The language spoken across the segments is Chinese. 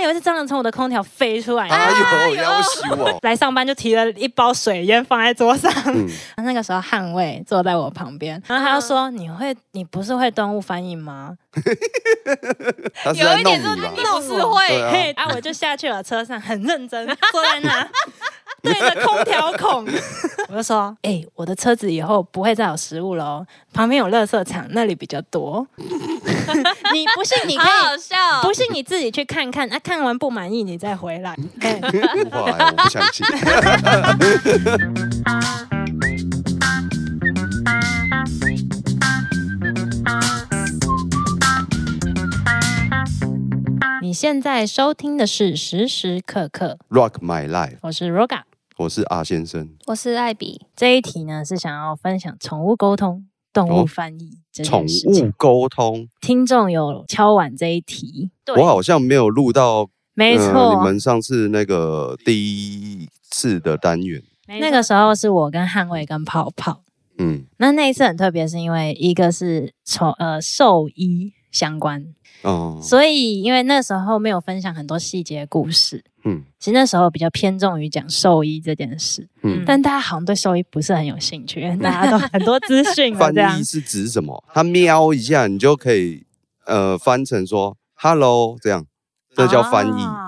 有一只蟑螂从我的空调飞出来，哎呦，要死 我！来上班就提了一包水烟放在桌上。嗯 那个时候捍卫坐在我旁边，然后他就嗯说：“你会，你不是会动物翻译吗他啊是有在一弄点就是你他吧你？不是会对，啊？”嘿，啊，我就下去了，车上很认真坐在 那。对着空调孔， 我就说：“哎、我的车子以后不会再有食物喽，旁边有垃圾场，那里比较多。 你不信，你可好以好笑，不信你自己去看看，啊，看完不满意你再回来。嘿不会，啊我不相信。你现在收听的是时时刻刻， Rock my life，我是 Roga。我是阿先生。我是艾比，这一题呢是想要分享宠物沟通、动物翻译这哦宠件事情。物沟通，听众有敲碗这一题，对我好像没有录到，没呃错，你们上次那个第一次的单元，那个时候是我跟汉伟跟泡泡。嗯那那一次很特别，是因为一个是宠呃兽医相关，哦，所以因为那时候没有分享很多细节故事，嗯其实那时候比较偏重于讲兽医这件事，嗯，但大家好像对兽医不是很有兴趣，因为大家都很多资讯了翻这样译。是指什么？他瞄一下，你就可以呃翻成说 “hello” 这样，这叫翻译。啊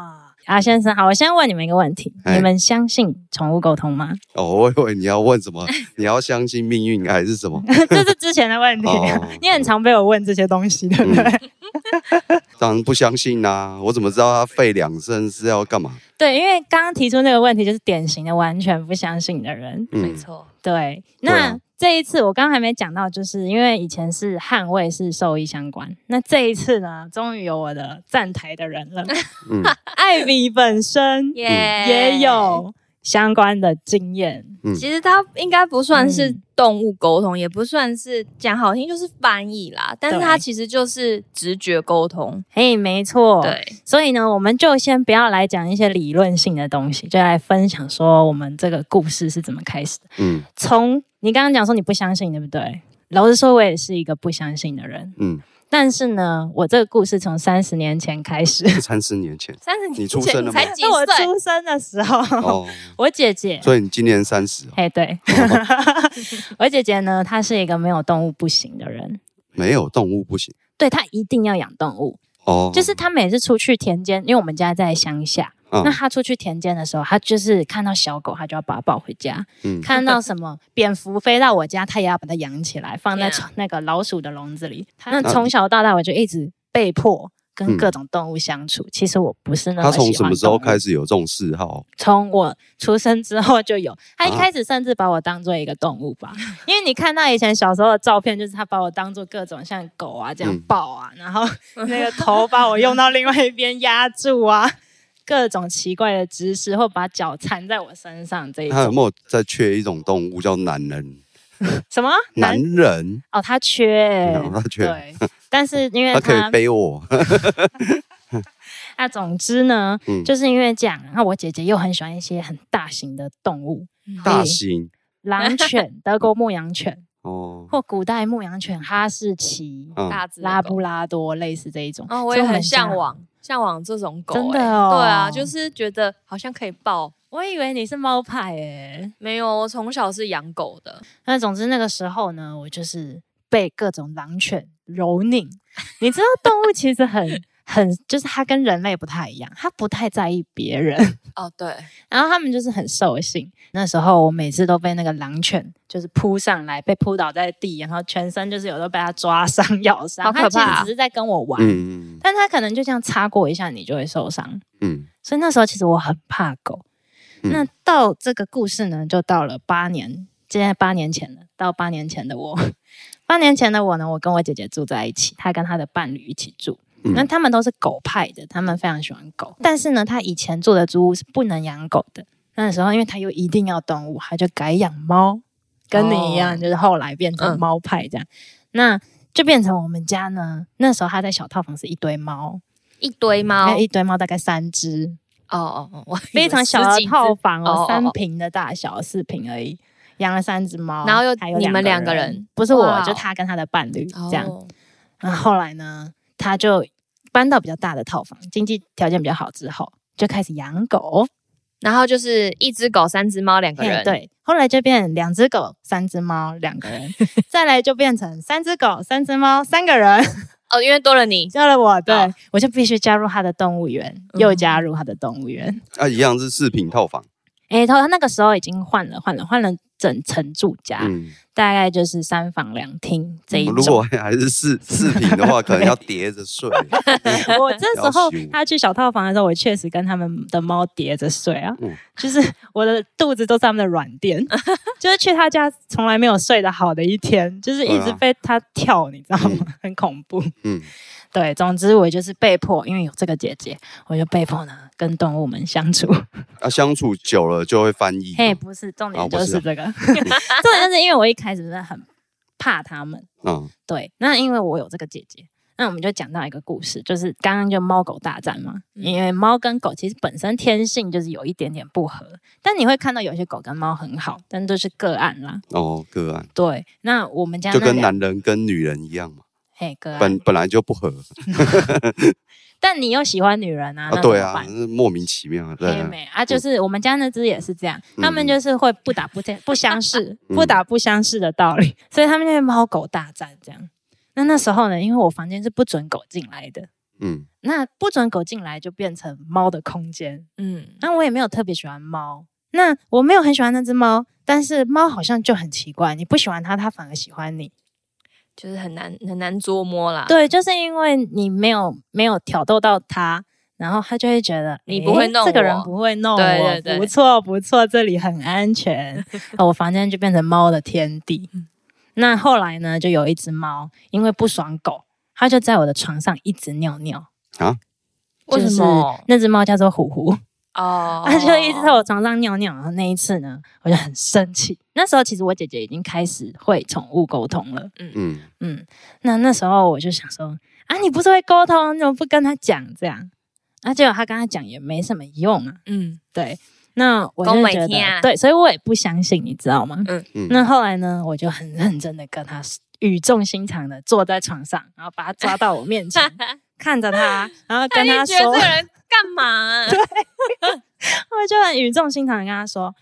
啊，先生，好，我先问你们一个问题：哎你们相信宠物沟通 吗？哦，我以为你要问什么？你要相信命运还是什么？这是之前的问题哦， 嗯你很常被我问这些东西，对不对？当然不相信啦、我怎么知道他吠两声是要干嘛？ 对，因为刚刚提出那个问题，就是典型的完全不相信的人。嗯没错，对，对那啊这一次我刚刚还没讲到，就是因为以前是捍卫是兽医相关，那这一次呢，终于有我的站台的人 了， 嗯，艾比本身耶也。有相关的经验，其实它应该不算是嗯动物沟通，也不算是讲好听就是翻译啦，但是对它其实就是直觉沟通。嘿，没错，对，所以呢，我们就先不要来讲一些理论性的东西，就来分享说我们这个故事是怎么开始的。嗯从你刚刚讲说你不相信，对不对？老实说，我也是一个不相信的人。嗯，但是呢，我这个故事从三十年前开始，三四年前三十年你出生前了你吗 才几是我岁？出生的时候，哦，我姐姐，所以哦你今年三十、哦，哎，对， 我姐姐呢，她是一个没有动物不行的人，没有动物不行对她一定要养动物。哦，就是他每次出去田间，因为我们家在乡下，嗯那他出去田间的时候，他就是看到小狗，他就要把它抱回家；嗯看到什么蝙蝠飞到我家，他也要把它养起来，放在 Yeah 床那个老鼠的笼子里。他那从小到大，我就一直被迫。跟各种动物相处，其实我不是那嗯他么喜欢从什么时候动物开？始有这种嗜好？从我出生之后就 有。他一啊开始甚至把我当做一个动物吧， 因为你看到以前小时候的照片，就是他把我当做各种像狗啊这样嗯抱啊，然后那个头把我用到另外一边压住啊， 各种奇怪的姿势，或把脚缠在我身上这一他有种。没有在缺一种动物叫男人？什么男人，哦，他缺嗯，他缺对，但是因为 他可以背我，那总之呢，嗯就是因为这样，然后我姐姐又很喜欢一些很大型的动物，大型狼 犬、德国牧羊犬哦，或古代牧羊犬、哈士奇、嗯，大只的拉狗布拉多类似这一种。哦，我所以也们很家向。往向往这种狗、欸，真的哦对啊，就是觉得好像可以抱。我以为你是猫派诶、没有，我从小是养狗的，那总之那个时候呢，我就是被各种狼犬蹂躏。你知道动物其实很很，就是它跟人类不太一样，它不太在意别人， 哦，对，然后它们就是很兽性。那时候我每次都被那个狼犬就是扑上来，被扑倒在地，然后全身就是有时候被它抓伤、咬伤。好可怕啊它其实只是在跟我玩，嗯嗯但它可能就这样擦过一下，你就会受伤。嗯所以那时候其实我很怕狗。嗯那到这个故事呢，就到了八年，现在八年前了。到八年前的我， 八年前的我呢，我跟我姐姐住在一起，她跟她的伴侣一起住。嗯那他们都是狗派的，他们非常喜欢狗。但是呢，她以前住的租屋是不能养狗的。那时候，因为她又一定要动物，她就改养猫，跟你一样，哦就是后来变成嗯猫派这样。那就变成我们家呢，那时候她在小套房是一堆猫，一堆猫，哎还有一堆猫大概三只，哦哦哦，我以非为常小十的几只套房哦哦哦哦，三平的大小，四平而已，养了三只猫，然后又还有你们两两个人不是我哇，就他跟他的伴侣哦这样。然后后来呢，他就搬到比较大的套房，经济条件比较好之后，就开始养狗。然后就是一只狗、三只猫，两个嘿人。，对，后来就变成两只狗、三只猫，两个 人，再来就变成三只狗、三只猫，三个人。 哦，因为多了你，加了我，对、好我就必须加入他的动物园，嗯又加入他的动物园。啊，一样是四平套房，哎、他他那个时候已经换了，换了，换了整层住家，嗯，大概就是三房两厅这一如果种。还 是四四平的话，可能要叠着睡。嗯我这时候要修他去小套房的时候，我确实跟他们的猫叠着睡啊，嗯就是我的肚子都是他们的软 垫，就是去他家从来没有睡得好的一天，就是一对直啊被他跳，你知道吗？ 很恐怖。嗯，对，总之我就是被迫，因为有这个姐姐，我就被迫呢跟动物们相处。啊，相处久了就会翻译。嘿，不是，重啊点不就是是这个， 重点就是因为我一开始真的很怕他们。嗯，对，那因为我有这个姐姐，那我们就讲到一个故事，就是刚刚就猫狗大战嘛，因为猫跟狗其实本身天性就是有一点点不合，但你会看到有些狗跟猫很好，但都是个案啦。哦，个案对，那我们家就那跟两男人跟女人一样嘛，嘿个案本，本来就不合但你又喜欢女人啊，啊那，怎对么啊，办？是莫名其妙的。黑对妹啊，就是我们家那只也是这样，嗯他们就是会不打不相不相 识，嗯不打不相识的道理，所以他们就会猫狗大战这样。那那时候呢，因为我房间是不准狗进来的，嗯，那不准狗进来就变成猫的空间。嗯，那我也没有特别喜欢猫，那我没有很喜欢那只猫，但是猫好像就很奇怪，你不喜欢它，它反而喜欢你。就是很难很难捉摸啦。，对，就是因为你没有没有挑逗到它，然后它就会觉得你诶不会弄这个人我不会弄我，对对对不错不错，这里很安全， 哦我房间就变成猫的天地。嗯那后来呢，就有一只猫，因为不爽狗，它就在我的床上一直尿尿。啊为就是什么？那只猫叫做虎虎， 哦，它就一直在我床上尿尿。然后那一次呢，我就很生气。那时候其实我姐姐已经开始会宠物沟通了。嗯，嗯，那那时候我就想说，啊，你不是会沟通，你怎么不跟他讲这样？啊，结果他跟他讲也没什么用啊。嗯，对，那我讲就不觉得，听啊，对，所以我也不相信，你知道吗？嗯那后来呢，我就很认真的跟他语重心长的坐在床上，然后把他抓到我面前 看着他，然后他跟就他觉得说这，个人干嘛？我就很语重心长的跟他说，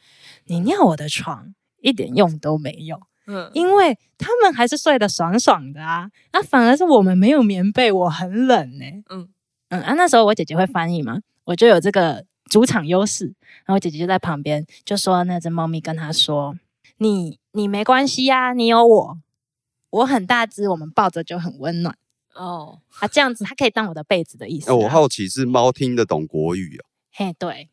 你尿我的床一点用都没有。嗯，因为他们还是睡得爽爽的啊，那、反而是我们没有棉被，我很冷呢、嗯嗯嗯啊，那时候我姐姐会翻译嘛，我就有这个主场优势，然后我姐姐就在旁边就说那只猫咪跟她说：“你你没关系呀、你有我，我很大只，我们抱着就很温暖哦，啊，这样子它可以当我的被子的意思、那啊。哦我好奇是猫听得懂国语哦，嘿，对，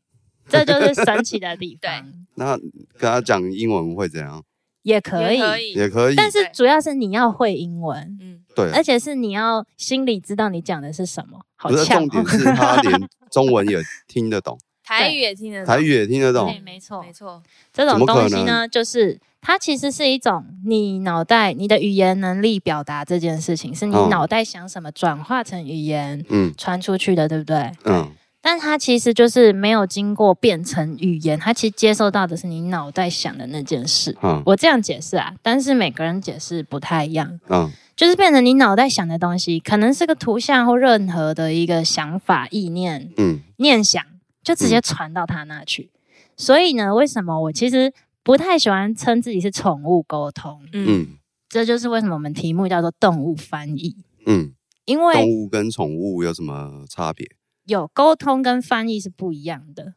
这就是神奇的 地方，那跟他讲英文会怎样？也可以，也可以，也可以，嗯但是对主要是你要会英文。嗯，对啊而，且是你要心里知道你讲的是什么，好不是呛、重哦。点是他连中文也听得懂，台语也听得懂，台语也听得 对懂，没错没错，这怎种么可东西呢，能就是它其实是一种你脑袋、你的语言能力表达这件事情，是你哦脑袋想什么转化成语言嗯传出去的，对不对？嗯，但它其实就是没有经过变成语言，它其实接受到的是你脑袋想的那件事。嗯我这样解释啊，但是每个人解释不太一样。嗯就是变成你脑袋想的东西，可能是个图像或任何的一个想法、意念，嗯念想就直接传到他那去。所以呢，为什么我其实不太喜欢称自己是宠物沟通？嗯，嗯这就是为什么我们题目叫做动物翻译，嗯，因动为物跟宠物有什么差别？有沟通跟翻译是不一样的。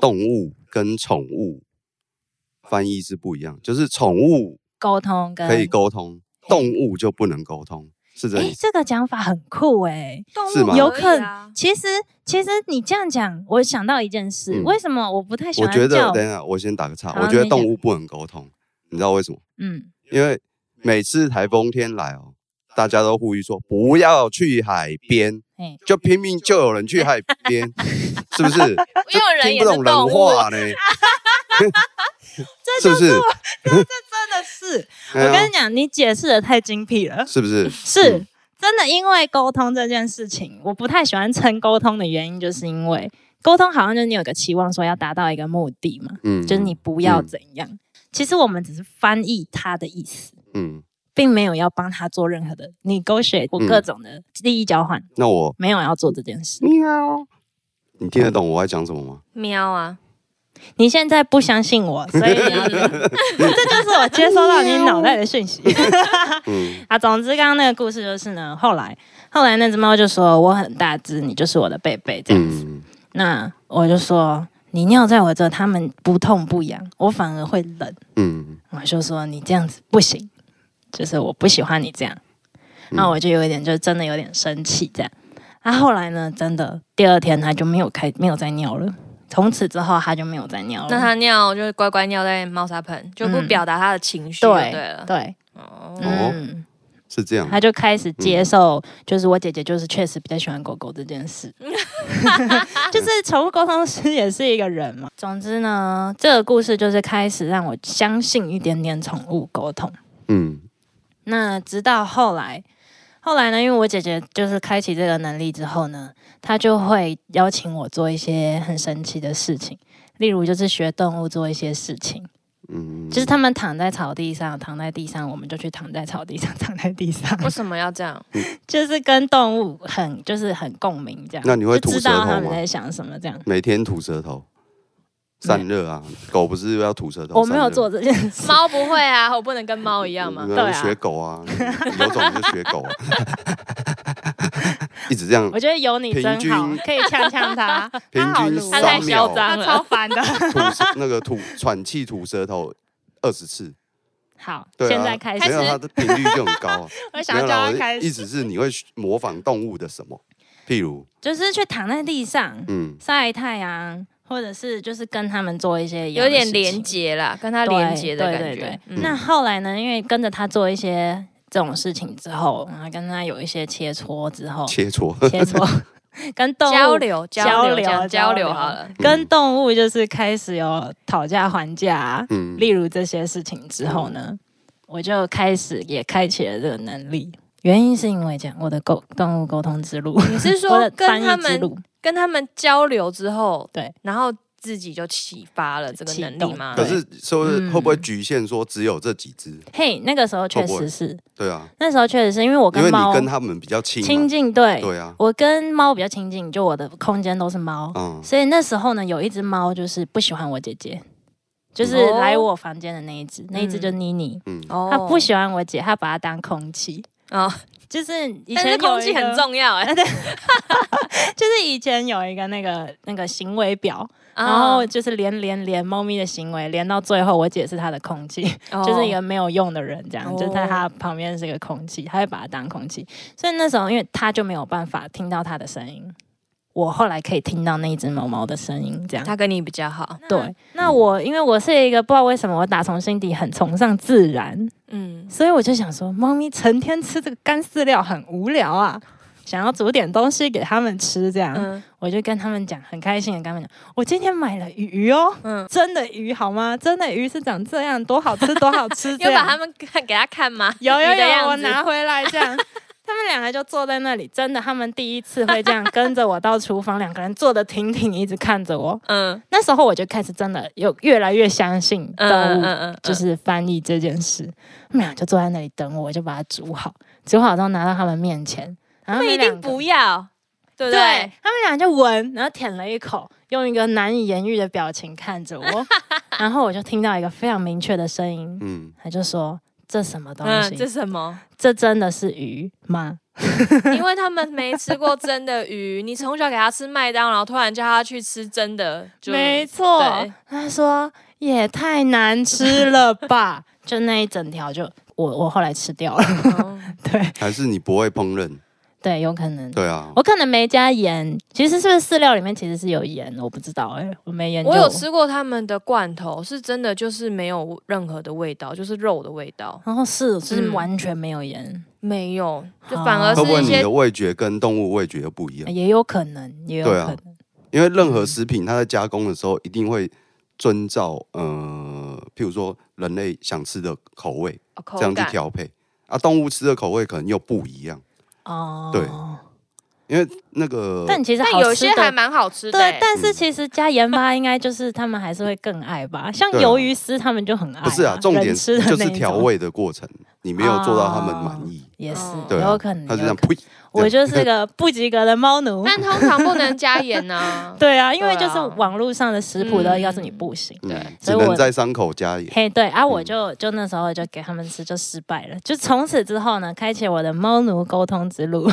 动物跟宠物翻译是不一样，就是宠物沟通跟可以沟通，动物就不能沟通，是这哎意，思？这个讲法很酷哎、动是吗物有可可以啊，其实，其实你这样讲，我想到一件事，嗯为什么我不太喜我欢觉叫得，等一下我先打个岔，好我觉得你动讲物不能沟通，你知道为什么？嗯，因为每次台风天来哦，大家都呼吁说不要去海边，哎，就拼命就有人去海边，是 不是？因为人听也不是懂动人物，话呢， 是不是？真的是，哎我呀跟你讲，你解释的太精辟了。是不是？是真的，因为沟通这件事情，我不太喜欢称沟通的原因，就是因为沟通好像就是你有个期望说要达到一个目的嘛，嗯就是你不要嗯怎样。其实我们只是翻译它的意思，嗯并没有要帮他做任何的 negotiate 或各种的利益交换，那我没有要做这件事。喵，你听得懂我在讲什么吗？喵啊，你现在不相信我，所以 你要这就是我接收到你脑袋的讯息。嗯，啊，总之刚刚那个故事就是呢，后来后来那只猫就说我很大只，你就是我的贝贝这样子。嗯，那我就说你尿在我这，它们不痛不痒，我反而会冷。嗯，我就说你这样子不行，就是我不喜欢你这样。那我就有一点，就真的有点生气这样。那、后来呢，真的第二天它就没有开，没有再尿了。从此之后，它就没有再尿了。那它尿就是乖乖尿在猫砂盆，就不嗯表达它的情绪就对对了。对，哦，嗯。是这样。他就开始接受，就是我姐姐就是确实比较喜欢狗狗这件事，就是宠物沟通师也是一个人嘛。嗯总之呢，这个故事就是开始让我相信一点点宠物沟通。嗯那直到后来，后来呢，因为我姐姐就是开启这个能力之后呢，她就会邀请我做一些很神奇的事情，例如就是学动物做一些事情。嗯，就是他们躺在草地上，躺在地上，我们就去躺在草地上，躺在地上。为什么要这样？就是跟动物很就是很共鸣这样。那你会就吐知舌道头他们吗？在想什么这样？每天吐舌头，散热啊，狗不是要吐舌头？我没有散热做这件事，猫不会啊，我不能跟猫一样吗？你对啊学狗啊，你有种你就学狗 啊，一直这样我觉得有你真平均好，可以呛呛他， 平他好均鲁他哦太三秒嚣张他了超烦的。吐那个吐喘气吐舌头二十次， 好，对啊，现在开没有它始，的频率就很高啊。我 想没要有叫啦，他开我一始，直是你会模仿动物的什么？譬如，就是去躺在地上嗯，晒太阳，或者是就是跟他们做一些一样有的事点情连结啦，跟它对连结的感对对觉对。嗯那后来呢？因为跟着他做一些这种事情之后，然后跟他有一些切磋之后，切磋，切 磋跟动物交流交交流流这样交交流流好了，跟动物就是开始有讨价还价啊、嗯，例如这些事情之后呢，我就开始也开启了这个能力。原因是因为这样，我的沟动物沟通之路，你是我说的跟翻他译之们路，跟他们交流之后，对，然后自己就启发了这个能力吗？可对是是不是嗯会不会局限说只有这几只？嘿那个时候确哦会不实会是，对啊，那时候确实是因为我因跟为猫你跟它们比较亲亲嘛，近，对，对啊，我跟猫比较亲近，就我的空间都是猫，嗯，所以那时候呢，有一只猫就是不喜欢我姐姐，就是哦来我房间的那一只，那一只就嗯妮妮，嗯，哦他不喜欢我姐，他把她当空气，哦，就是以但前有是一个空气很，重要 哎。就是以前有一个那个那个行为表，哦啊然后就是连连连猫咪的行为连到最后，我姐是它的空气，哦就是一个没有用的人，这样、哦就在它旁边是一个空气，他会把它当空气，所以那时候因为他就没有办法听到它的声音，我后来可以听到那一只毛毛的声音，这样。他跟你比较好，对，那我因为我是一个不知道为什么，我打从心底很崇尚自然，嗯，所以我就想说，猫咪成天吃这个干饲料很无聊啊，想要煮点东西给它们吃。这样，嗯我就跟他们讲，很开心的跟他们讲，我今天买了鱼哦，嗯，真的鱼好吗？真的鱼是长这样，多好吃，多好吃。有 这把样他们看给他看吗？有有你的有，样子我拿回来这样。他们两个就坐在那里，真的，他们第一次会这样跟着我到厨房，两个人坐的挺挺，一直看着 我。嗯那时候我就开始真的有越来越相信嗯动嗯物嗯嗯，就是翻译这件事。他们俩就坐在那里等我，我就把它煮好，煮好之后拿到他们面前，然他后们一定不不要，对不对对？他们俩就闻，然后舔了一口，用一个难以言喻的表情看着 我，然后我就听到一个非常明确的声音，嗯，他就说：“这什么东嗯，西？这是什么？这真的是鱼吗 因为他们没吃过真的鱼，你从小给他吃麦当劳，突然叫他去吃真的，？”就没错对，他说：“也太难吃了吧！” 就那一整条就我我后来吃掉了， 哦对还是你不会烹饪？对，有可能。对啊，我可能没加盐，其实是不是饲料里面其实是有盐，我不知道哎、我没研究。我有，吃过他们的罐头，是真的就是没有任何的味道，就是肉的味道，然后是就是嗯完全没有盐，没有，就啊反而会是不会一你些的味觉跟动物味觉又不一样？也有可能，哎也有对可啊能。因为任何食品它在加工的时候一定会遵照呃，譬如说人类想吃的口味，哦口这样去感。调配啊，动物吃的口味可能又不一样，哦，对因为那个但其实但好有吃些还的。蛮好吃的、对欸，，但是嗯其实加盐巴应该就是他们还是会更爱吧，像对啊鱿鱼丝他们就很爱、不是啊，重点人吃的就那是一调种味的过程，你没有做到他们满意，也是哦对啊有可能。他就这有样可能呸，我就是 个不及格的猫奴。。但通常不能加盐呐 对啊，因为对就啊是网络上的食谱都告诉你不行。嗯，所只以我能在伤口 加盐。嘿，对啊，嗯我就就那时候就给他们吃，就失败了。就从此之后呢，开启我的猫奴沟通之路，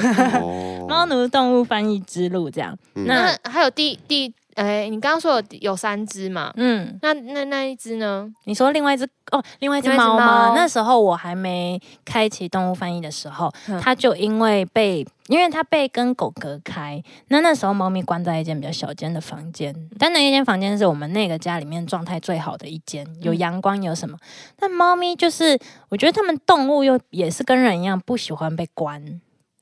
猫哦，奴动物翻译之路，这样。嗯那那还有第第，哎，你刚刚说有有三只嘛？嗯，那那那一只呢？你说另外一只哦，另外一只另外一只猫吗？猫那时候我还没开启动物翻译的时候，嗯它就因为被，因为它被跟狗隔开，那那时候猫咪关在一间比较小间的房间，但那一间房间是我们那个家里面状态最好的一间，嗯有阳光，有什么？但猫咪就是，我觉得它们动物又也是跟人一样不喜欢被关，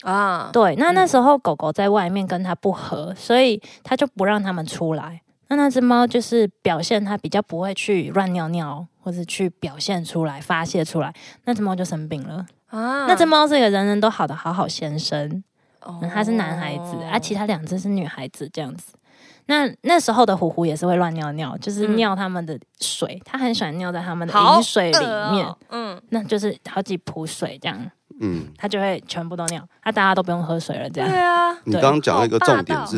啊，对。那嗯那时候狗狗在外面跟它不合，所以它就不让它们出来。那那只猫就是表现它比较不会去乱尿尿，或者去表现出来、发泄出来，那只猫就生病了。啊那只猫是一个人人都好的好好先生，哦嗯它是男孩子，啊，其他两只是女孩子这样子。那那时候的虎虎也是会乱尿尿，就是嗯尿他们的水，它很喜欢尿在他们的好饮水里饿面，哦嗯，那就是好几壶水这样，嗯，它就会全部都尿，啊，大家都不用喝水了这对样。啊，你刚刚讲到一个重好霸道点是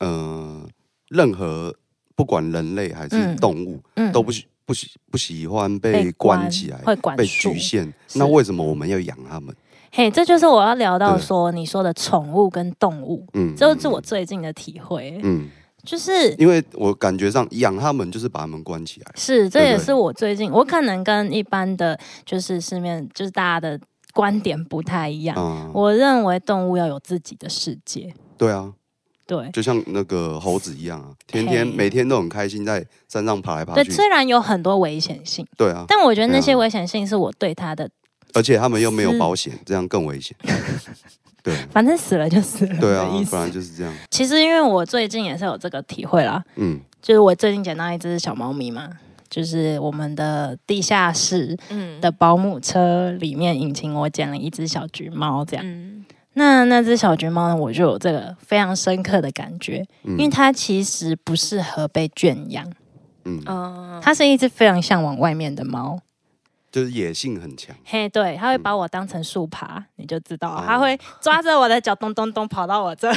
嗯，呃，任何不管人类还是嗯动物，嗯都不喜不喜不喜欢被关起来，会管被束局限。是那为什么我们要养它们？嘿，这就是我要聊到对说你说的宠物跟动物，嗯，这就是我最近的体会，嗯，就是因为我感觉上养它们就是把它们关起来。是这对也对是我最近我可能跟一般的就是市面就是大家的观点不太一样，啊，我认为动物要有自己的世界，对啊，对。就像那个猴子一样啊，天天嘿每天都很开心，在山上爬来爬对，去。虽然有很多危险性，对啊，但我觉得那些对啊危险性是我对它的，而且他们又没有是保险，这样更 危险。对反正死了就死了对啊的意，本来思。就是这样。其实因为我最近也是有这个体会啦，嗯，就是我最近捡到一只小猫咪嘛，就是我们的地下室，嗯的保姆车里面引擎，我捡了一只小橘猫，这样。嗯那那只小橘猫呢，我就有这个非常深刻的感觉，因为它其实不适合被圈养，嗯，啊，它是一只非常向往外面的猫。就是野性很强。嘿，对，它会把我当成树爬，你就知道哦，它会抓着我的脚咚咚咚跑到我这。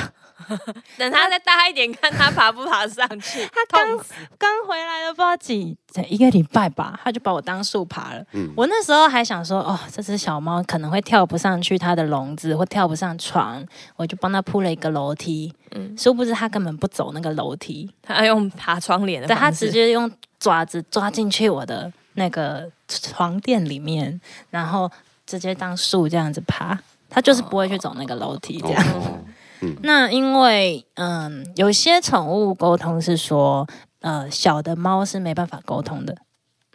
等他再大一点，看他爬不爬上去。他刚痛死刚回来的不知道几一个礼拜吧，它就把我当树爬了。嗯，我那时候还想说，哦，这只小猫可能会跳不上去它的笼子，或跳不上床，我就帮它铺了一个楼梯。嗯，殊不知它根本不走那个楼梯，他用爬窗帘的对，它方式，直接用爪子抓进去我的那个床垫里面，然后直接当树这样子爬。它就是不会去走那个楼梯这样。 哦，那因为嗯，有些宠物沟通是说，呃，小的猫是没办法沟通的，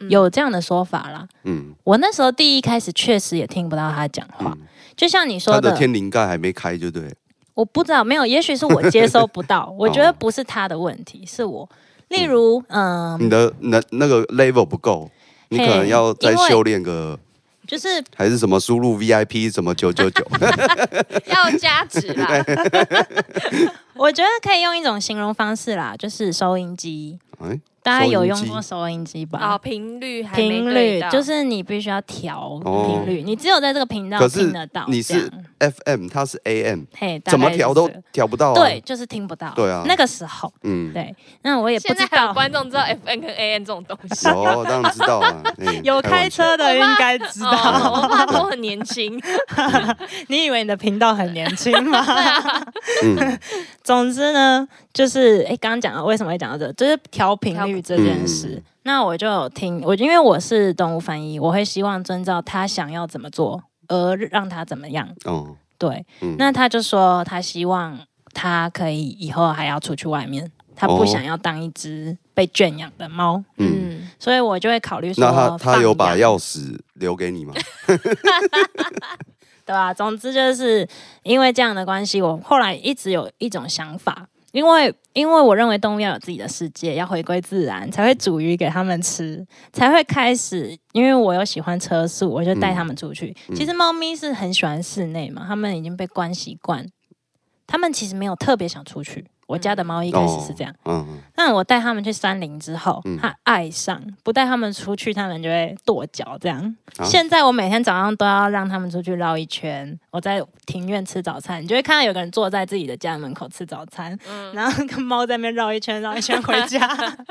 嗯有这样的说法啦。嗯，我那时候第一开始确实也听不到它讲话，嗯就像你它说的的，天灵盖还没开，就对了。我不知道，没有，也许是我接收不 到，我觉得不是他的问题，是我。例如，嗯，你的那那个 level 不够，你可能嘿要再因为修炼个，就是还是什么输入 VIP 什么九 九九。要加值啦。我觉得可以用一种形容方式啦，就是收音机，哎，大家有收音用机过收音机哦，吧？频率还没频对率到就是你必须要调哦频率，你只有在这个频道可是听得到。你这样是 FM，它是 AM，嘿，大概怎么调都是这个调不到。对，，就是听不到。对啊那个时候，嗯，对，那我也不现知在还有道， 观众知道 FN 跟 AN 这种东 西。有当然知道啊，哎有开玩开车的应该知哦道。我爸都很年轻，你以为你的频道很年轻吗？啊笑， 嗯 总之呢，就是诶，刚刚讲到为什么会讲到这，就是调频率这件事。嗯那我就有听，我因为我是动物翻译，我会希望遵照他想要怎么做，而让他怎么样。哦，对，嗯那他就说他希望他可以以后还要出去外面，他不哦想要当一只被圈养的猫，嗯，嗯，所以我就会考虑说那他他有把放养钥匙留 给你吗？对啊，总之就是因为这样的关系，我后来一直有一种想法，因为因为我认为动物要有自己的世界，要回归自然，才会煮鱼给他们吃，才会开始。因为我又喜欢车速，我就带他们出去。嗯其实猫咪是很喜欢室内嘛，它们已经被关习惯，它们其实没有特别想出去。我家的猫一开始是这样，嗯，嗯但我带它们去山林之后嗯，它爱上；不带它们出去，它们就会跺脚。这样，啊现在我每天早上都要让它们出去绕一圈。我在庭院吃早餐，你就会看到有个人坐在自己的家门口吃早餐，嗯，然后跟猫在那边绕一圈，绕一圈回家。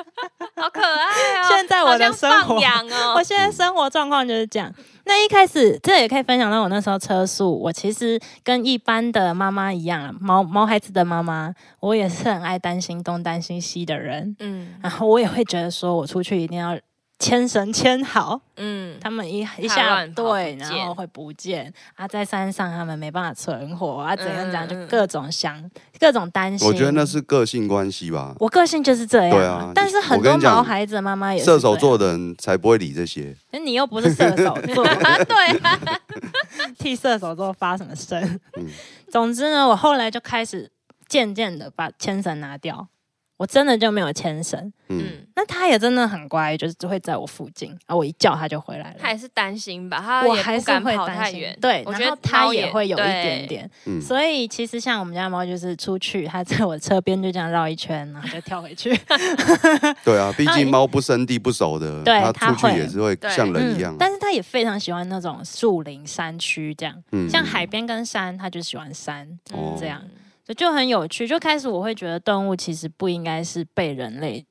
好可爱哦！现在我的好像生活放养哦我，现在生活状况就是这样。那一开始，这也可以分享到我那时候车速。我其实跟一般的妈妈一样，毛毛孩子的妈妈，我也是很爱担心东担心西的人。嗯然后我也会觉得说，我出去一定要牵绳牵好，嗯，他们一一怕下乱跑对，不然见后会不见啊，在山上他们没办法存活啊，怎样怎样，嗯嗯就嗯各种想，各种担心。我觉得那是个性关系吧。我个性就是这样，对啊但是我很跟多你讲毛孩子的妈妈也是射手这样座的人才不会理这些，那你又不是射 手座，对啊，替射手座发什么声？嗯 总之呢，我后来就开始渐渐的把牵绳拿掉，我真的就没有牵绳。嗯，嗯，那它也真的很乖，就是会在我附近啊，我一叫它就回来他了。也是担心吧，他我也还不是敢会跑担太心远，，对，我觉然后得它猫也也会有一对点点，嗯所以其实像我们家的猫就是出去，它在我车边就这样绕一圈，然后就跳回去。对啊，毕啊竟猫不生地不熟的，对它它出去会也是会对像人一样啊。嗯但是它也非常喜欢那种树林、山区这样，嗯像海边跟山，它就喜欢山。哦这样就就很有趣。就开始我会觉得动物其实不应该是被人类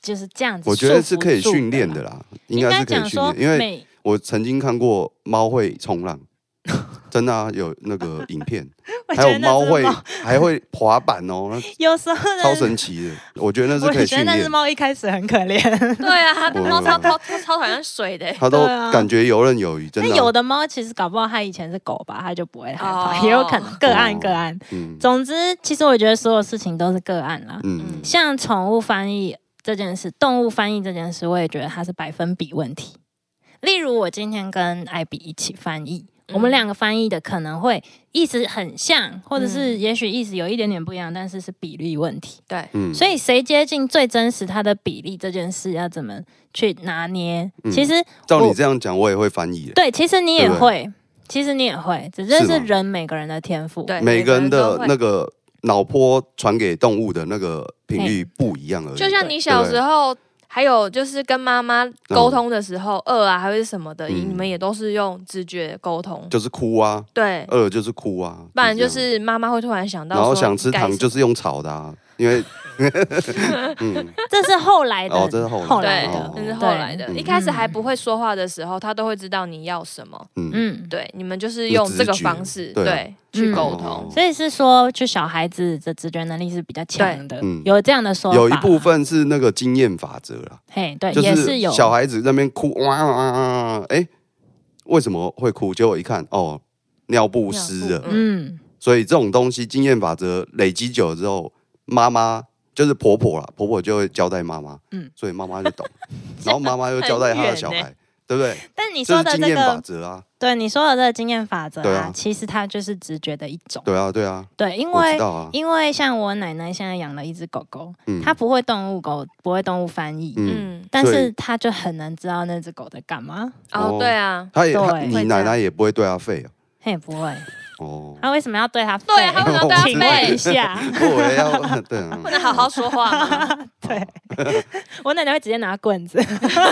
就是这样子，我觉得是可以训练的。啦，应应该是可讲以训说练，因为每我曾经看过猫会冲浪， 真的啊，有那个影片， 我还觉有得猫那只会还会滑板哦，那有时候呢超神 奇的，我觉得那我是可以觉得训那只练。猫一开始很可哦怜，对啊，他的我猫超超超超讨厌 水的欸，它都对啊感觉游刃有余，真那的有啊。的猫其实搞不好它以前是狗吧，它就不会害怕，哦也有可能个案哦个案。嗯总之，其实我觉得所有事情都是个案啦。嗯像宠物翻译这件事，动物翻译这件事，我也觉得它是百分比问题。例如，我今天跟艾比一起翻译，嗯我们两个翻译的可能会意思很像，或者嗯是也许意思有一点点不一样，但是是比例问题。对，嗯，所以，谁接近最真实它的比例这件事，要怎么去拿捏？嗯其实照你我这样讲，我也会翻译的。对，其实你也对不对会，其实你也会，只是是是吗人每个人的天赋。对每个人每个人都的会那个脑波传给动物的那个频率不一样而已。就像你小时候，还有就是跟妈妈沟通的时候，饿啊，还是什么的，嗯你们也都是用直觉沟通。就是哭啊，对，饿了就是哭啊，不然就这样。是妈妈会突然想到，。然后想吃糖就是是用炒的啊，因为嗯，这是后来的，哦这是后来后来对的哦，那是后来的。嗯一开始还不会说话的时候，他都会知道你要什么。嗯嗯嗯。对，你们就是用这个方式直觉对对哦去嗯沟通。所以是说，就小孩子的直觉能力是比较强的对嗯，有这样的说法。有一部，分是那个经验法则啦，嘿，对，就也是有。小孩子在那边哭哇哇哇哇，哎、为什么会哭？结果一看哦，尿布湿尿了布。嗯，所以这种东西经验法则累积久了之后，妈妈就是婆婆啦，婆婆就会交代妈妈，嗯嗯，所以妈妈就 懂，然后妈妈又交代她的小很孩，远对不对？但你这说是的经这验法个，则啊，对你说的这个经验法则对啊啊，其实它就是直觉的一种。对啊，对啊，对，因我知为道啊，因为像我奶奶现在养了一只狗狗，嗯她不会动物狗，不会动物翻译，嗯，嗯，但所是以她就很能知道那只狗在干嘛。哦哦，对啊，她也她对你会这奶样奶也不会对她吠啊，嘿，不会，哦，她为什么要对它吠？对啊，他为什 么她对请他问一背？下， 我 也要对啊不，能好好说话 吗？对， 我奶奶会直接拿棍子，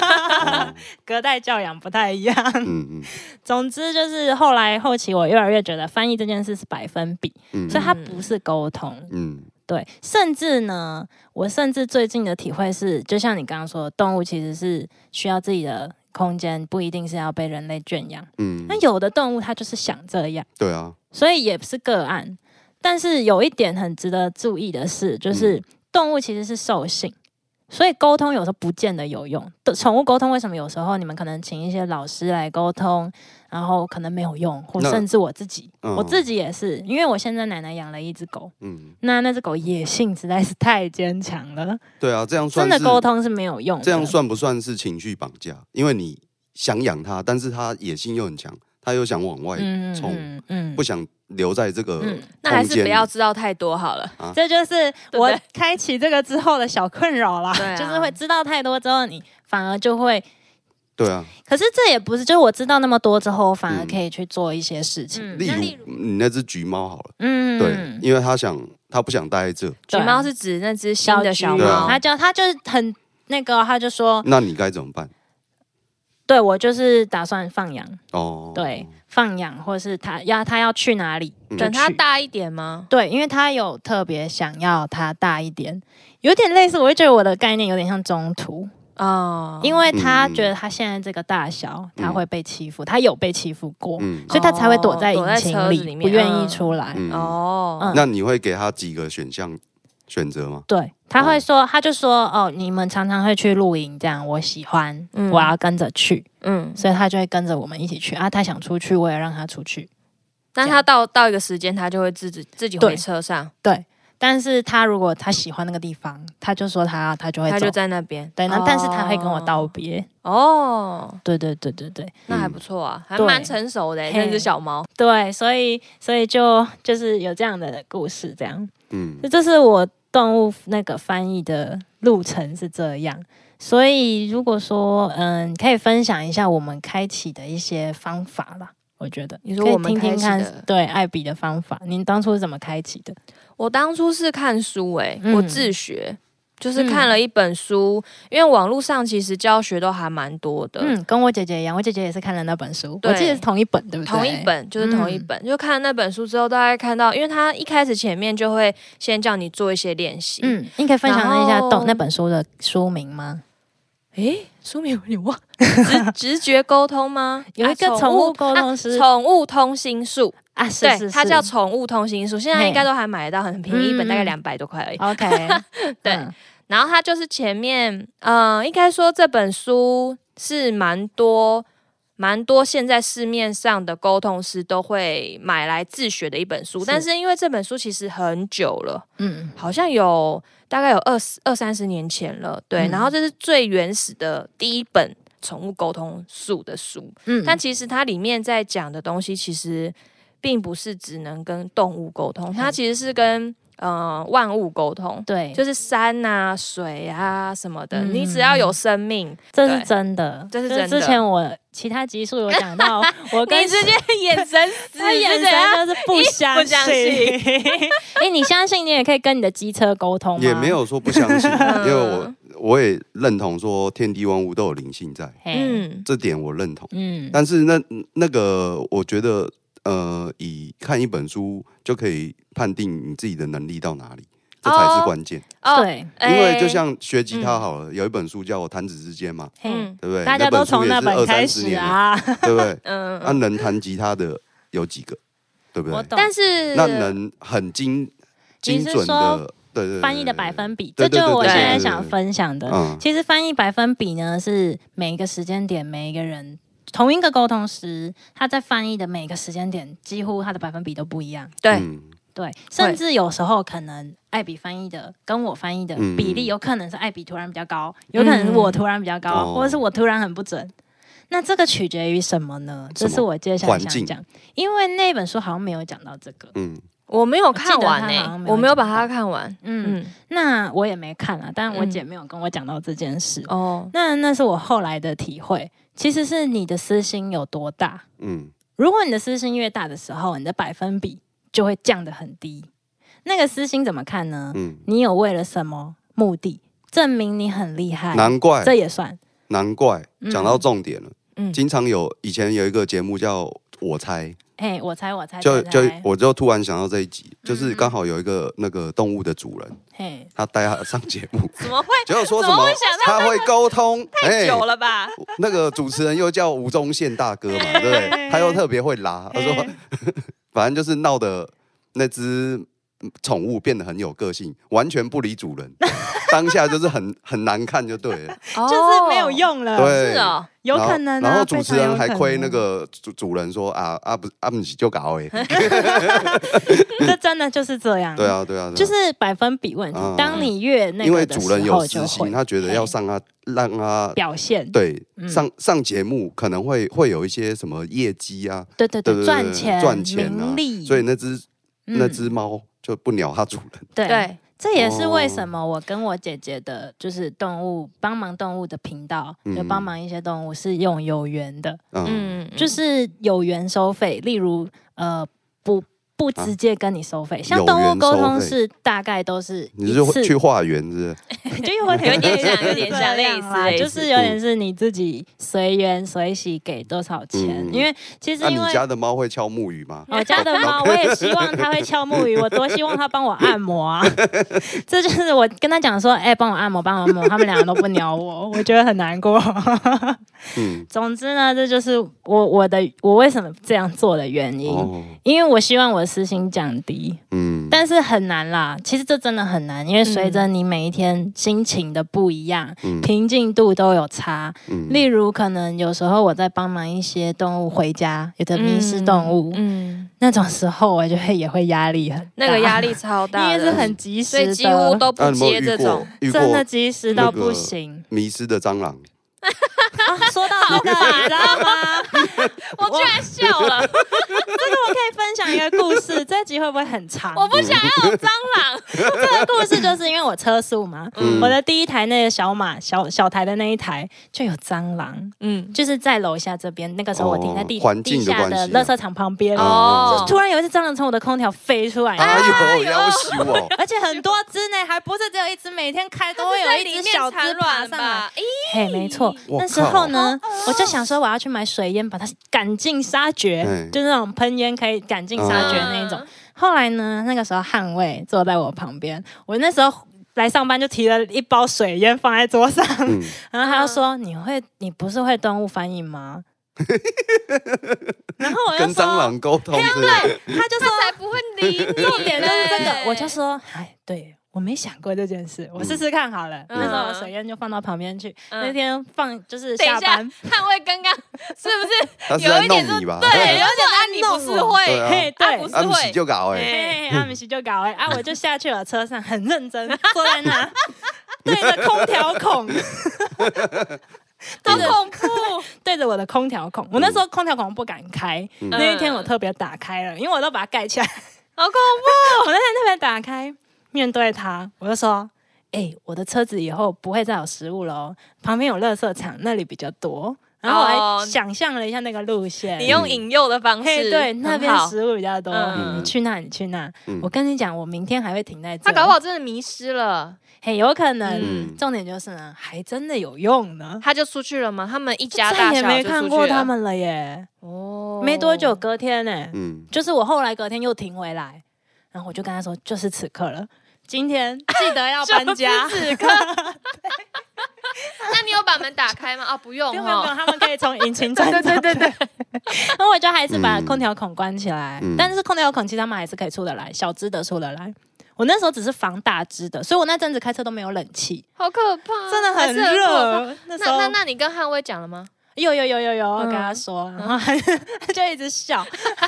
哦隔代教养不太一样。 嗯嗯总之就是后来后期，我越来越觉得翻译这件事是百分比，嗯，所以它不是沟通。嗯对，甚至呢，我甚至最近的体会是，就像你刚刚说的，动物其实是需要自己的空间，不一定是要被人类圈养。嗯那，有的动物它就是想这样，对啊，所以也不是个案。但是有一点很值得注意的是，就是嗯动物其实是兽性。所以沟通有时候不见得有用。对宠物沟通为什么有时候你们可能请一些老师来沟通，然后可能没有用，或那甚至我自己，嗯我自己也是，因为我现在奶奶养了一只狗，嗯，那那只狗野性实在是太坚强了，对啊，这样真算的是沟通是没有用的。这样算不算是情绪绑架？因为你想养它，但是它野心又很强，它又想往外嗯，冲。嗯嗯不想留在这个呃空嗯间，啊那还是不要知道太多好了。这就是对我开启这个之后的小困扰啦，对啊就是会知道太多之后，你反而就会，对啊，可是这也不是，就是我知道那么多之后，我反而嗯可以去做一些事情。例那如你那只橘猫好了，嗯，对，因为它想它不想待在这，橘对猫是指那只新的小橘对猫啊他，就他就是很那个，他就说，那你该怎么办？对我就是打算放养，哦，对，放养，或是他要他要去哪里，嗯就等它去大一点吗？对，因为他有特别想要它大一点，有点类似，我会觉得我的概念有点像中途，哦，因为他嗯觉得他现在这个大小，他嗯会被欺负，他有被欺负过，嗯，所以他才会躲在哦躲在引车擎子里，里面不愿意出来。嗯哦，那你会给他几个选嗯项选择吗？对，他会说，他就说，哦，你们常常会去露营，这样我喜欢，嗯我要跟着去，嗯，所以他就会跟着我们一起去啊。他想出去，我也让他出去。那它到到一个时间，它就会自己自己回对车上，但是他如果他喜欢那个地方，他就说他要他就会它走就，在那边。对，那哦但是他会跟我道别。哦，对对对对对那还不错啊，还对蛮成熟的欸嘿那只小猫。对，所以所以就就是有这样的故事，这样，嗯这这是我动物那个翻译的路程是这样。所以如果说嗯，可以分享一下我们开启的一些方法啦。我觉得你说可以我们听听开启看的，对艾比的方法，您当初是怎么开启的？我当初是看书、欸，嗯我自学，就是看了一本书，因为网络上其实教学都还蛮多的。嗯，跟我姐姐一样，我姐姐也是看了那本书，对我记得是同一本，对不对？嗯同一，本就是同一本，就看了那本书之后，大概看到，因为他一开始前面就会先叫你做一些练习。嗯，嗯，你可以分享一下然后动那本书的书名吗？诶，书名有点忘，直直觉沟通吗？有一个啊宠物沟通啊师宠物 通心术，啊，是是对，是，它叫宠物通心术，现在嘿应该都还买得到，很便宜，一本嗯大概嗯两百多块而已。 OK， 对嗯然后它就是前面，呃，应该说这本书是蛮多蛮多现在市面上的沟通师都会买来自学的一本书，是但是因为这本书其实很久了，嗯，好像有大概有二十二三十年前了，对。嗯然后这是最原始的第一本宠物沟通术的书，嗯但其实它里面在讲的东西其实并不是只能跟动物沟通，它其实是跟呃万物沟通。嗯对，就是山啊、水啊什么的，嗯你只要有生命，这对是真的，这是就是真的之前我其他集数有讲到， 我跟你直接眼神 死，他眼是怎 样神就是不相不相信 哎、你相信你也可以跟你的机车沟通吗？也没，有说不相信，啊嗯 因为我我也认同说天地万物都有灵性在，嗯嗯，这点我认同。嗯，但是那那个，我觉得呃，以看一本书就可以判定你自己的能力到哪里，这才哦是关键。哦，对，因为哎就像学吉他好了，有一本书叫《我弹指之间》嘛，嗯，嗯？对不对？大家都从那那本本书也开是20-30始年了，啊，对不对嗯，那能弹吉他的有几个，对不我对？懂。但是那能很精你精是准的，对对，对翻译的百，分比，对这对就是我对现对在对想对分享对的对。嗯，其实翻译百分比呢，是每一个时间点、每一个人同一个沟通时，他在翻译的每个时间点，几乎他的百分比都不一样。对嗯对，甚至有时候可能艾比翻译的跟我翻译的嗯比例，有可能是艾比突然比较高，有可能是我突然比较高，哦或者是我突然很不准。那这个取决于什么呢？什这么是我接下来环想境讲，因为那本书好像没有讲到这个。嗯，我没有看完我记得他好呢像，没有我没有把讲它看完，嗯，嗯，那我也没看啊，但我嗯姐没有跟我讲到这件事。哦，那那是我后来的体会，其实是你的私心有多大。嗯如果你的私心越大的时候，你的百分比就会降得很低。那个私心怎么看呢？嗯，你有为了什么目的证明你很厉害？难怪这也算。难怪，嗯讲到重点了。嗯经常有以前有一个节目叫《我猜哎，我猜，我猜，》，就猜就猜我就突然想到这一集，就是嗯刚好有一个那个动物的主人，嘿，他带他上节 ，目怎么会结果说什怎么么会想到他会沟通， 哎久了 吧？那个主持人又叫吴宗宪大哥 嘛，对不对？他又特别会拉，哎他说， 反正就是闹的那只宠物变得很有个性，完全不理主人，当下就是很很难看就对了，哦就是没有，用了，对是哦，有然后可能啊。然后主持非常有人还可能亏那，个主主人说啊啊不啊不是就搞哎， 这真的就是这 样。对，啊对啊，对啊就是百分比问题嗯。当你越那因为个的主时人有候，私就心，会他觉得要嘿上他让他表现，对嗯上上节目可能会会有一些什么业绩啊，对对对对，对对赚钱、赚钱名啊利，所以那只嗯那只猫就不鸟它主人。对对，这也是为什么我跟我姐姐的，就是动物帮忙动物的频道，嗯就帮忙一些动物是用有缘的，嗯嗯，就是有缘收费，例如呃补不直接跟你收费，嗯像有动物源沟收通费是大概都是你一是 次去化缘是不是？就有点有点像有点这像类样似啦类就似是有点是你自己随缘随喜给多少钱，嗯因为其实那、因为你。家的猫会敲木鱼吗？我家的 猫，我也希望它会敲木鱼，我多希望它帮我按摩 啊！这就是我跟它讲说，哎、帮我按摩，帮我按摩，他们两个都不鸟我，我觉得很难过。 嗯，总之呢，这就是我我的我为什么这样做的原因，哦，因为我希望我的私心降低。嗯，但是很难啦，其实这真的很难，因为随着你每一天心情的不一样，嗯平静度都有差。嗯例如，可能有时候我在帮忙一些动物回家，有的迷失动物，嗯，那种时候我就会也会压力很大，那个压 力超啊因大的，为是很及所时以的，几乎那都不你有没有接遇这过种。遇真的过及时到那个不行。迷失的蟑螂？啊说到这个，你知道吗？我居然笑了，我可以分享一个故 事，这集会不会很长？我不想要有 蟑螂。这个故事就是因为我车速嘛，嗯我的第一台那个小马小小台的那一台就有蟑螂，嗯，就是在楼下这边，那个时候我停在地、哦环地境的下关系的啊垃圾场旁边，哦就突然有一只蟑螂啊从我的空调飞出来， 哎呦，要死 我！而且很多只呢，还不是只有一只，每天开都会有一只小只爬卵上来。吧？咦，嘿，没错，我那时候呢，我就想说我要去买水烟，把它赶尽杀绝，嗯就是那种喷烟可以赶尽杀绝那一哦种。后来呢，那个时候捍卫坐在我旁边，我那时候。来上班就提了一包水烟放在桌上，嗯，然后他就说：“你会，你不是会动物翻译 吗？”然后我就跟说：“蟑螂沟通是不是他就说才不会理你嘞。重点就是这个，我就说，哎，对我没想过这件事，我试试看好了。嗯那时候我水烟就放到旁边去，嗯那天放就是等一下下班，，捍卫刚刚是不他是是有在一点弄就你吧？对，有一点按你不弄是我会，对啊嘿，啊对不。是 安喜就搞哎，嘿，阿米西就搞哎、啊！我就下去了车上，很认真坐在那，对着空调孔，好对着恐怖。对着我的空调孔。我那时候空调孔不敢开，嗯那一天我特别打开了，因为我都把它盖起来。好恐怖！我那天特别打开，面对他，我就说：“哎、我的车子以后不会再有食物了哦，旁边有垃圾场，那里比较多。”然后我还哦想象了一下那个路线，你用引诱的方嘿式，对，那边很好食物比较多，嗯你去那，你去那。嗯我跟你讲，我明天还会停在这。他搞不好真的迷失了，嘿，有可能。嗯重点就是呢，还真的有用呢。他就出去了吗？他们一家再大也小没就看出过去了他们了耶，哦，没多久隔天呢、嗯，就是我后来隔天又停回来，然后我就跟他说，就是此刻了，今 天记得要搬家。就是此刻 那你有把门打开吗？哦，不用不用不用不用，哦。他们可以从引 擎转对对对对。 然后我就还是把空调孔关起来，嗯但是空调孔其实他们还是可以出得来，小只的出得来。我那时候只是防大只的，所以我那阵子开车都没有冷气，好可怕，真的很啊还是可怕。热。那时那候那那你跟汉威讲了吗？有有有有有，我跟嗯他说，然后他 他就一直笑。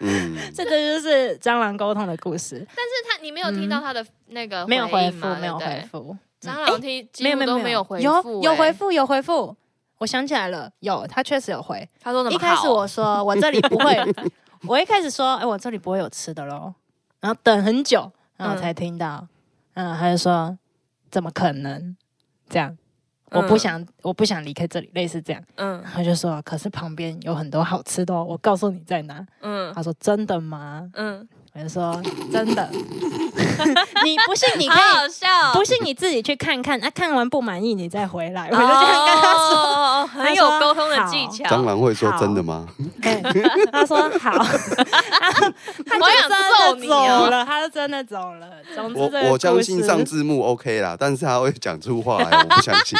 嗯，这个就是蟑螂沟通的故事，但是他你没有嗯听到他的那个没有回应复嘛，没有对不对回复，蟑螂听嗯没几有乎没都有没有回复，有有回哎，复有回复。我想起来了，有他确实有回，他说怎么一开始好我说我这里不 会，我一开始说哎、我这里不会有吃的喽，然后等很久，然后才听到，嗯，他就说怎么可能这样？我不嗯想，我不想离开这里，类似这样。嗯他就说，可是旁边有很多好吃的哦，我告诉你在哪。嗯他说真的吗？嗯，我就说真 的。你不信你可好以，好笑，不是信你自己去看看，啊，看完不满意你再回来。哦我就这样跟他说。说，哦很有沟通的技蟑巧。螂会说好真的吗？哎， 他说好，他我想就揍真你的哦走了，他就真的走了。总之我这个我相故信事上 字幕 OK 啦，但是他会讲出话来， 我不相信。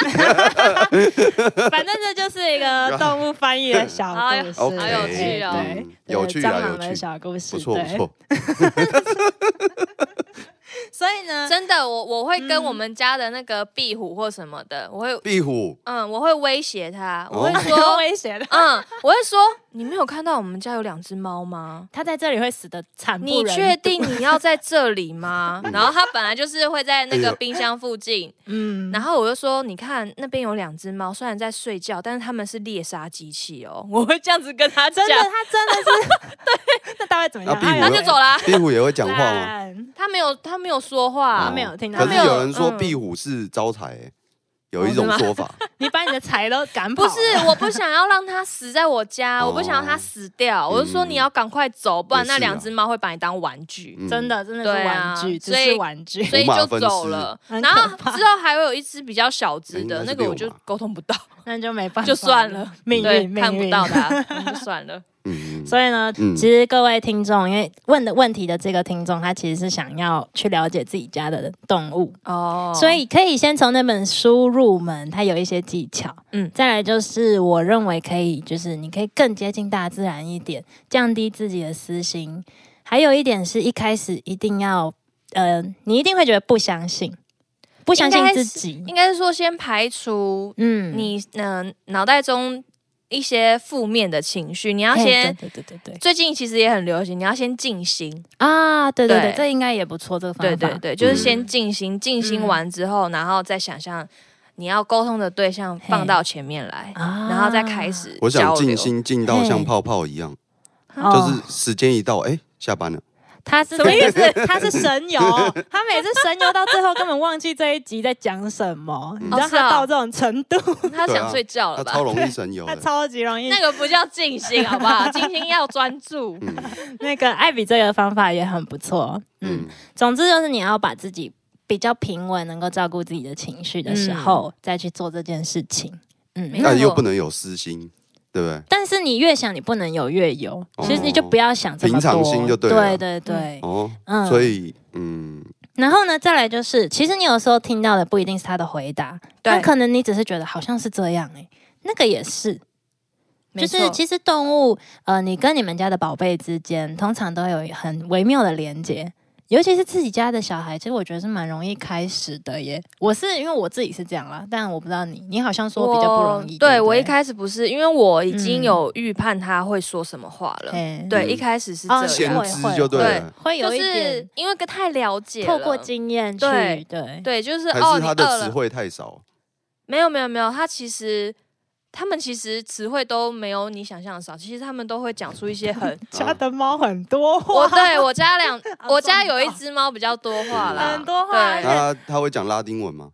反正这就是一个动物翻译的 小哎故事，好有好有对趣哦对嗯，对有趣啊蟑螂有的趣小故事，不错对不错， 所以呢，真的，我我会跟嗯我们家的那个壁虎或什么的，我会壁虎嗯，我会威胁他，哦我会很多说，危 险的。嗯，我会说，你没有看到我们家有两只猫吗？他在这里会死的惨不你忍睹确？定你要在这里吗？ 然后他本来就是会在那哎个呦冰箱附近，嗯，然后我就说，你看那边有两只猫，虽然在睡觉，但是它们是猎杀机器哦。 我会这样子跟他讲真，的，他真的 是对。那大概怎么样？那壁虎哎他呀呢就走啦。壁虎也会讲话吗？烂他没有，他没有说话啊哦，没有听到哦可是他没有有人说嗯壁虎是招财，欸有一种说法，你把你的财都赶跑不了，是，我不想要让它死在我家，哦嗯我不想让它死掉。我是说你要赶快走，不然也是啊那两只猫会把你当玩具，嗯真的真的是对玩啊具，只所以是玩 具。所以五马就分走尸了。很然后可怕之后还会有一只比较小只应该的，哎是那个我六就马沟通 不到，那就没办法，就算了，命对运，看命不运到的 啊，那就算了。嗯，所以呢，嗯其实各位听众，因为问的问题的这个听众，他其实是想要去了解自己家的动物，哦所以可以先从那本书入门，它有一些技巧。嗯嗯，再来就是我认为可以，就是你可以更接近大自然一点，降低自己的私心。还有一点是一开始一定要，呃，你一定会觉得不相信，不相信自己。应该是说先排除嗯你嗯脑袋中一些负面的情绪，你要嘿先。对对对对对最近其实也很流行，你要先静心，啊，对对对对，这应该也不错，这个方对法。嗯对对，就是嗯先静心，静心完之后，然后再想象你要沟通的对象嘿放到前面来，啊然后再开始我想交流静心静到像嘿泡泡一样，哦就是时间一到，哎，下班了。他是什么意思？他是神游， 他每次神游到最后根本忘记这一集在讲什么，嗯你知道是啊他到这种程度，他对啊想睡觉他了吧？超容 易神游他的。超级容易那。个不叫静心，好不 好？静心要专 注。嗯那个艾比这个方法也很不错，嗯，嗯，总之就是你要把自己比较平稳，能够照顾自己的情绪的时候，再去做这件事情，嗯没。错但哎又不能有私心，对不对？但是你越想，你不能有越有，哦其实你就不要想这么多，平常心就对对了对对，哦，嗯。所以嗯，然后呢，再来就是，其实你有时候听到的不一定是他的回答，对但可能你只是觉得好像是这样哎、那个也是，没就错是其实动物，呃，你跟你们家的宝贝之间，通常都有很微妙的连接。尤其是自己家的小孩，其实我觉得是蛮容易开始的耶。我是因为我自己是这样啦，但我不知道你，你好像说比较不容易。对不我对对我一开始不是，因为我已经嗯有预判他会说什么话了。嘿对，嗯一开始是哦这先样，知会会就对了。会有就一是点因为太了解了，透过经验去对对。对，就是还哦，是你他饿的词了，汇太少，没有没有没有，他其实他们其实词汇都没有你想象的少，其实他们都会讲出一些很 啊的猫很 多我对我家两， 好我家重有一要只猫比较多话啦，很多话对而且他他会讲拉丁文吗？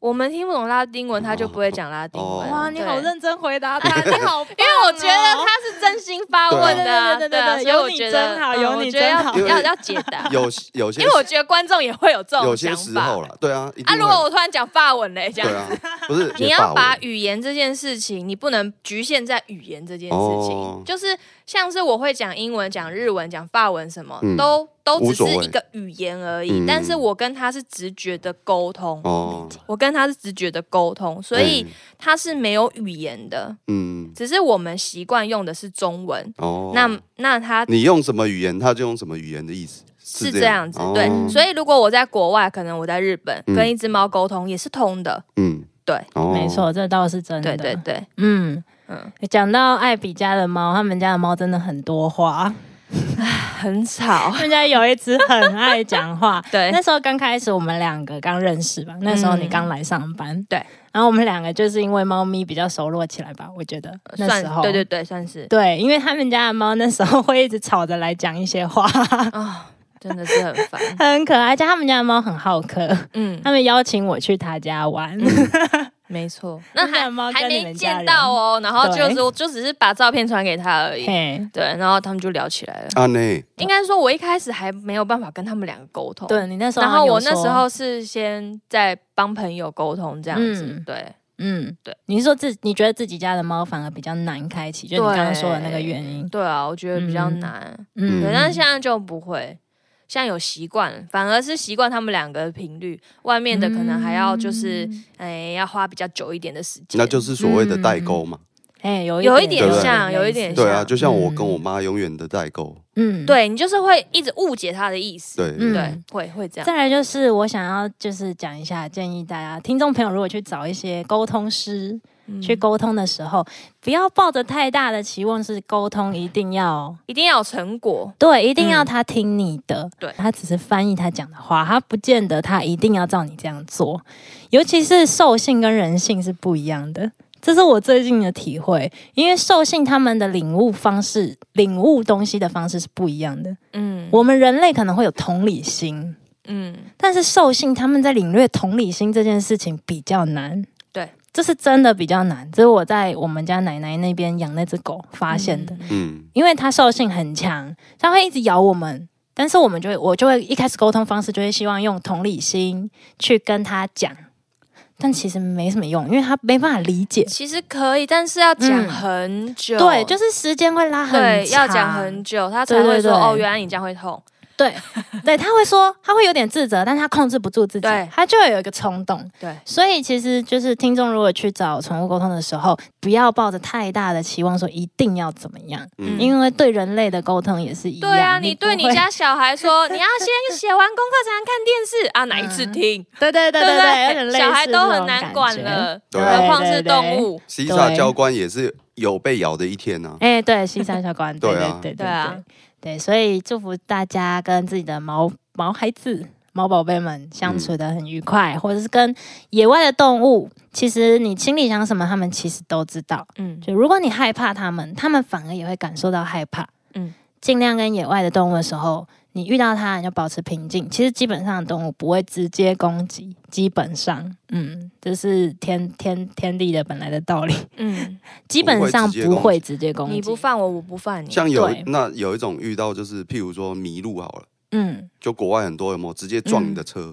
我们听不懂拉丁文，他就不会讲拉丁哦文。哇，你好对认真回答 他，你好棒哦，因为我觉得他是真心发问的啊，对对对对对啊对所以我觉有你得真好嗯有我你觉得真好要因要为要解 答，有 有些因为我觉得观众也会有这有种些想时候法。啦，对啊，一定啊，会如果我突然讲法文嘞，这对样啊，不是 你要把语语言这件事情，你不能局限在语言这件事情，哦就是像是我会讲英文、讲日文、讲法文什么，嗯都都无只是所谓一个语言而已。嗯但是我跟他是直觉的沟通，哦，我跟他是直觉的沟通，所以哎他是没有语言的，嗯只是我们习惯用的是中文。哦，那那他你用什么语言，他就用什么语言的意思，是这样子，对。哦所以如果我在国外，可能我在日本嗯跟一只猫沟通也是通的，嗯，对哦没，错，这倒是真的。对对，对， 嗯嗯嗯。讲到艾比家的猫，他们家的猫真的很多话， 很吵。他，们家有一只很爱讲话 对那时候刚开始我们两个刚认识吧，那时候你刚来上班，嗯对。然后我们两个就是因为猫咪比较熟络起来吧，我觉得那算时候对对对，算是对，因为他们家的猫那时候会一直吵着来讲一些话，啊、真的是很烦，很可爱。而且他们家的猫很好客， 嗯，他们邀请我去他家玩。没错，那真还的猫跟还你没们家人见到哦，然后就是对我就只是把照片传给他而已，嘿，对，然后他们就聊起来了。啊内应该说，我一开始还没有办法跟他们两个沟通，对你那时候然好像后有我说，那时候是先在帮朋友沟通这样子，嗯对嗯，对，你是说自你觉得自己家的猫反而比较难开启，就你对刚刚说的那个原因，对啊，我觉得比较嗯难，嗯，对，但是现在就不会，现在有习惯，反而是习惯他们两个的频率，外面的可能还要就是，哎、要花比较久一点的时间。那就是所谓的代沟嘛，哎、有有一一点点像类似有一嗯点嗯对啊，像就像我跟嗯我妈永远的代沟，嗯，对你就是会一直误解他的意思，对，嗯对，会会这样，再来就是我想要就是讲一下，建议大家听众朋友如果去找一些沟通师、嗯去沟通的时候，不要抱着太大的期望，是沟通一定要一定要有成果，对，一定要嗯他听你的，对他只是翻译他讲的话，他不见得他一定要照你这样做。尤其是兽性跟人性是不一样的，这是我最近的体会。因为兽性他们的领悟方式、领悟东西的方式是不一样的。嗯，我们人类可能会有同理心，嗯，但是兽性他们在领略同理心这件事情比较难，对，这是真的比较难。这是我在我们家奶奶那边养那只狗发现的，嗯，嗯，因为它兽性很强，它会一直咬我们，但是我们就会我就会一开始沟通方式就会希望用同理心去跟它讲，但其实没什么用，因为它没办法理解。其实可以，但是要讲嗯很久，对，就是时间会拉很哦对，要讲长很久，他才对会对说对哦，原来你这样会痛，对对，他会说，他会有点自责，但他控制不住自己对，他就会有一个冲动。对，所以其实就是听众如果去找宠物沟通的时候，不要抱着太大的期望说一定要怎么样，嗯因为对人类的沟通也是一样。对啊，你对不你会家小 孩说，你要先写完功课才能看电视啊，哪一嗯次听？对对对不对，有点类似小孩都这很种难感管觉。了，对何啊况是动物。西萨对教官也是有被咬的一天啊呐、哎，对，西山小 馆，对对啊对对啊对对，所以祝福大家跟自己的毛毛孩子、毛宝贝们相处的很愉快，或者是跟野外的动物，其实你心里想什么，他们其实都知道。嗯，就如果你害怕他们，他们反而也会感受到害怕。嗯嗯，尽量跟野外的动物的时候，你遇到 它你就保持平嗯静。其实基本上动物不会直接攻击，基本上，嗯，这是天天天地的本来的道理，嗯，基本上不会直接攻击。 你不犯我，我不犯你。像有对那有一种遇到就是，譬如说迷路好了，嗯，就国外很多有没有直接撞你的车？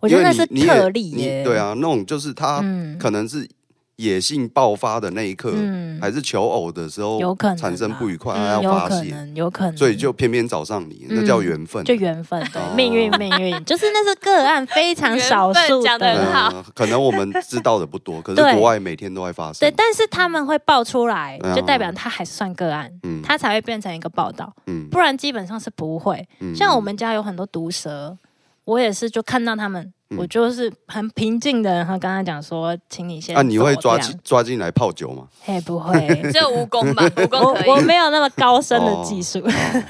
我觉得那是因为你你也特例你耶。对，啊，那种就是他嗯可能是野性爆发的那一刻，嗯还是求偶的时候，有可能啊嗯产生不愉快，吧他要有发可泄，能，有嗯可能，所以就偏偏找上你，那叫缘分。就缘分，对哦命运，命 运，就是那是个案，非常少缘分数讲得很的好。。呃，可能我们知道的不 多，可是对国外每天都会发生对，。但是他们会爆出来对啊，就代表他还是算个案，嗯他才会变成一个报道，嗯不然基本上是不会。嗯像我们家有很多毒蛇，我也是就看到他们，嗯我就是很平静的，然后跟他讲说，请你先啊，你会走抓这样进抓进来泡酒吗？嘿，不会只有蜈蚣 吧，蜈我蚣可哦 我以。没有那么高深哦的技术，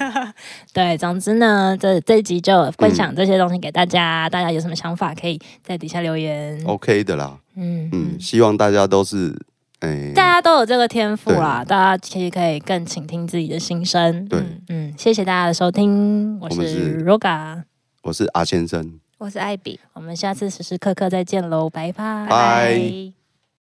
对，总之呢，这这一集就分享这些东西给大嗯家，大家有什么想法可以在底下留言。 OK 的啦，嗯哦嗯，希望大家都是，哎，大家都有这个天赋啦，大家其实可以更倾听自己的心声。对，嗯嗯，谢谢大家的收听，我我们是是 Roga，我是阿先生。我是艾比，我们下次时时刻刻再见喽，拜拜。拜。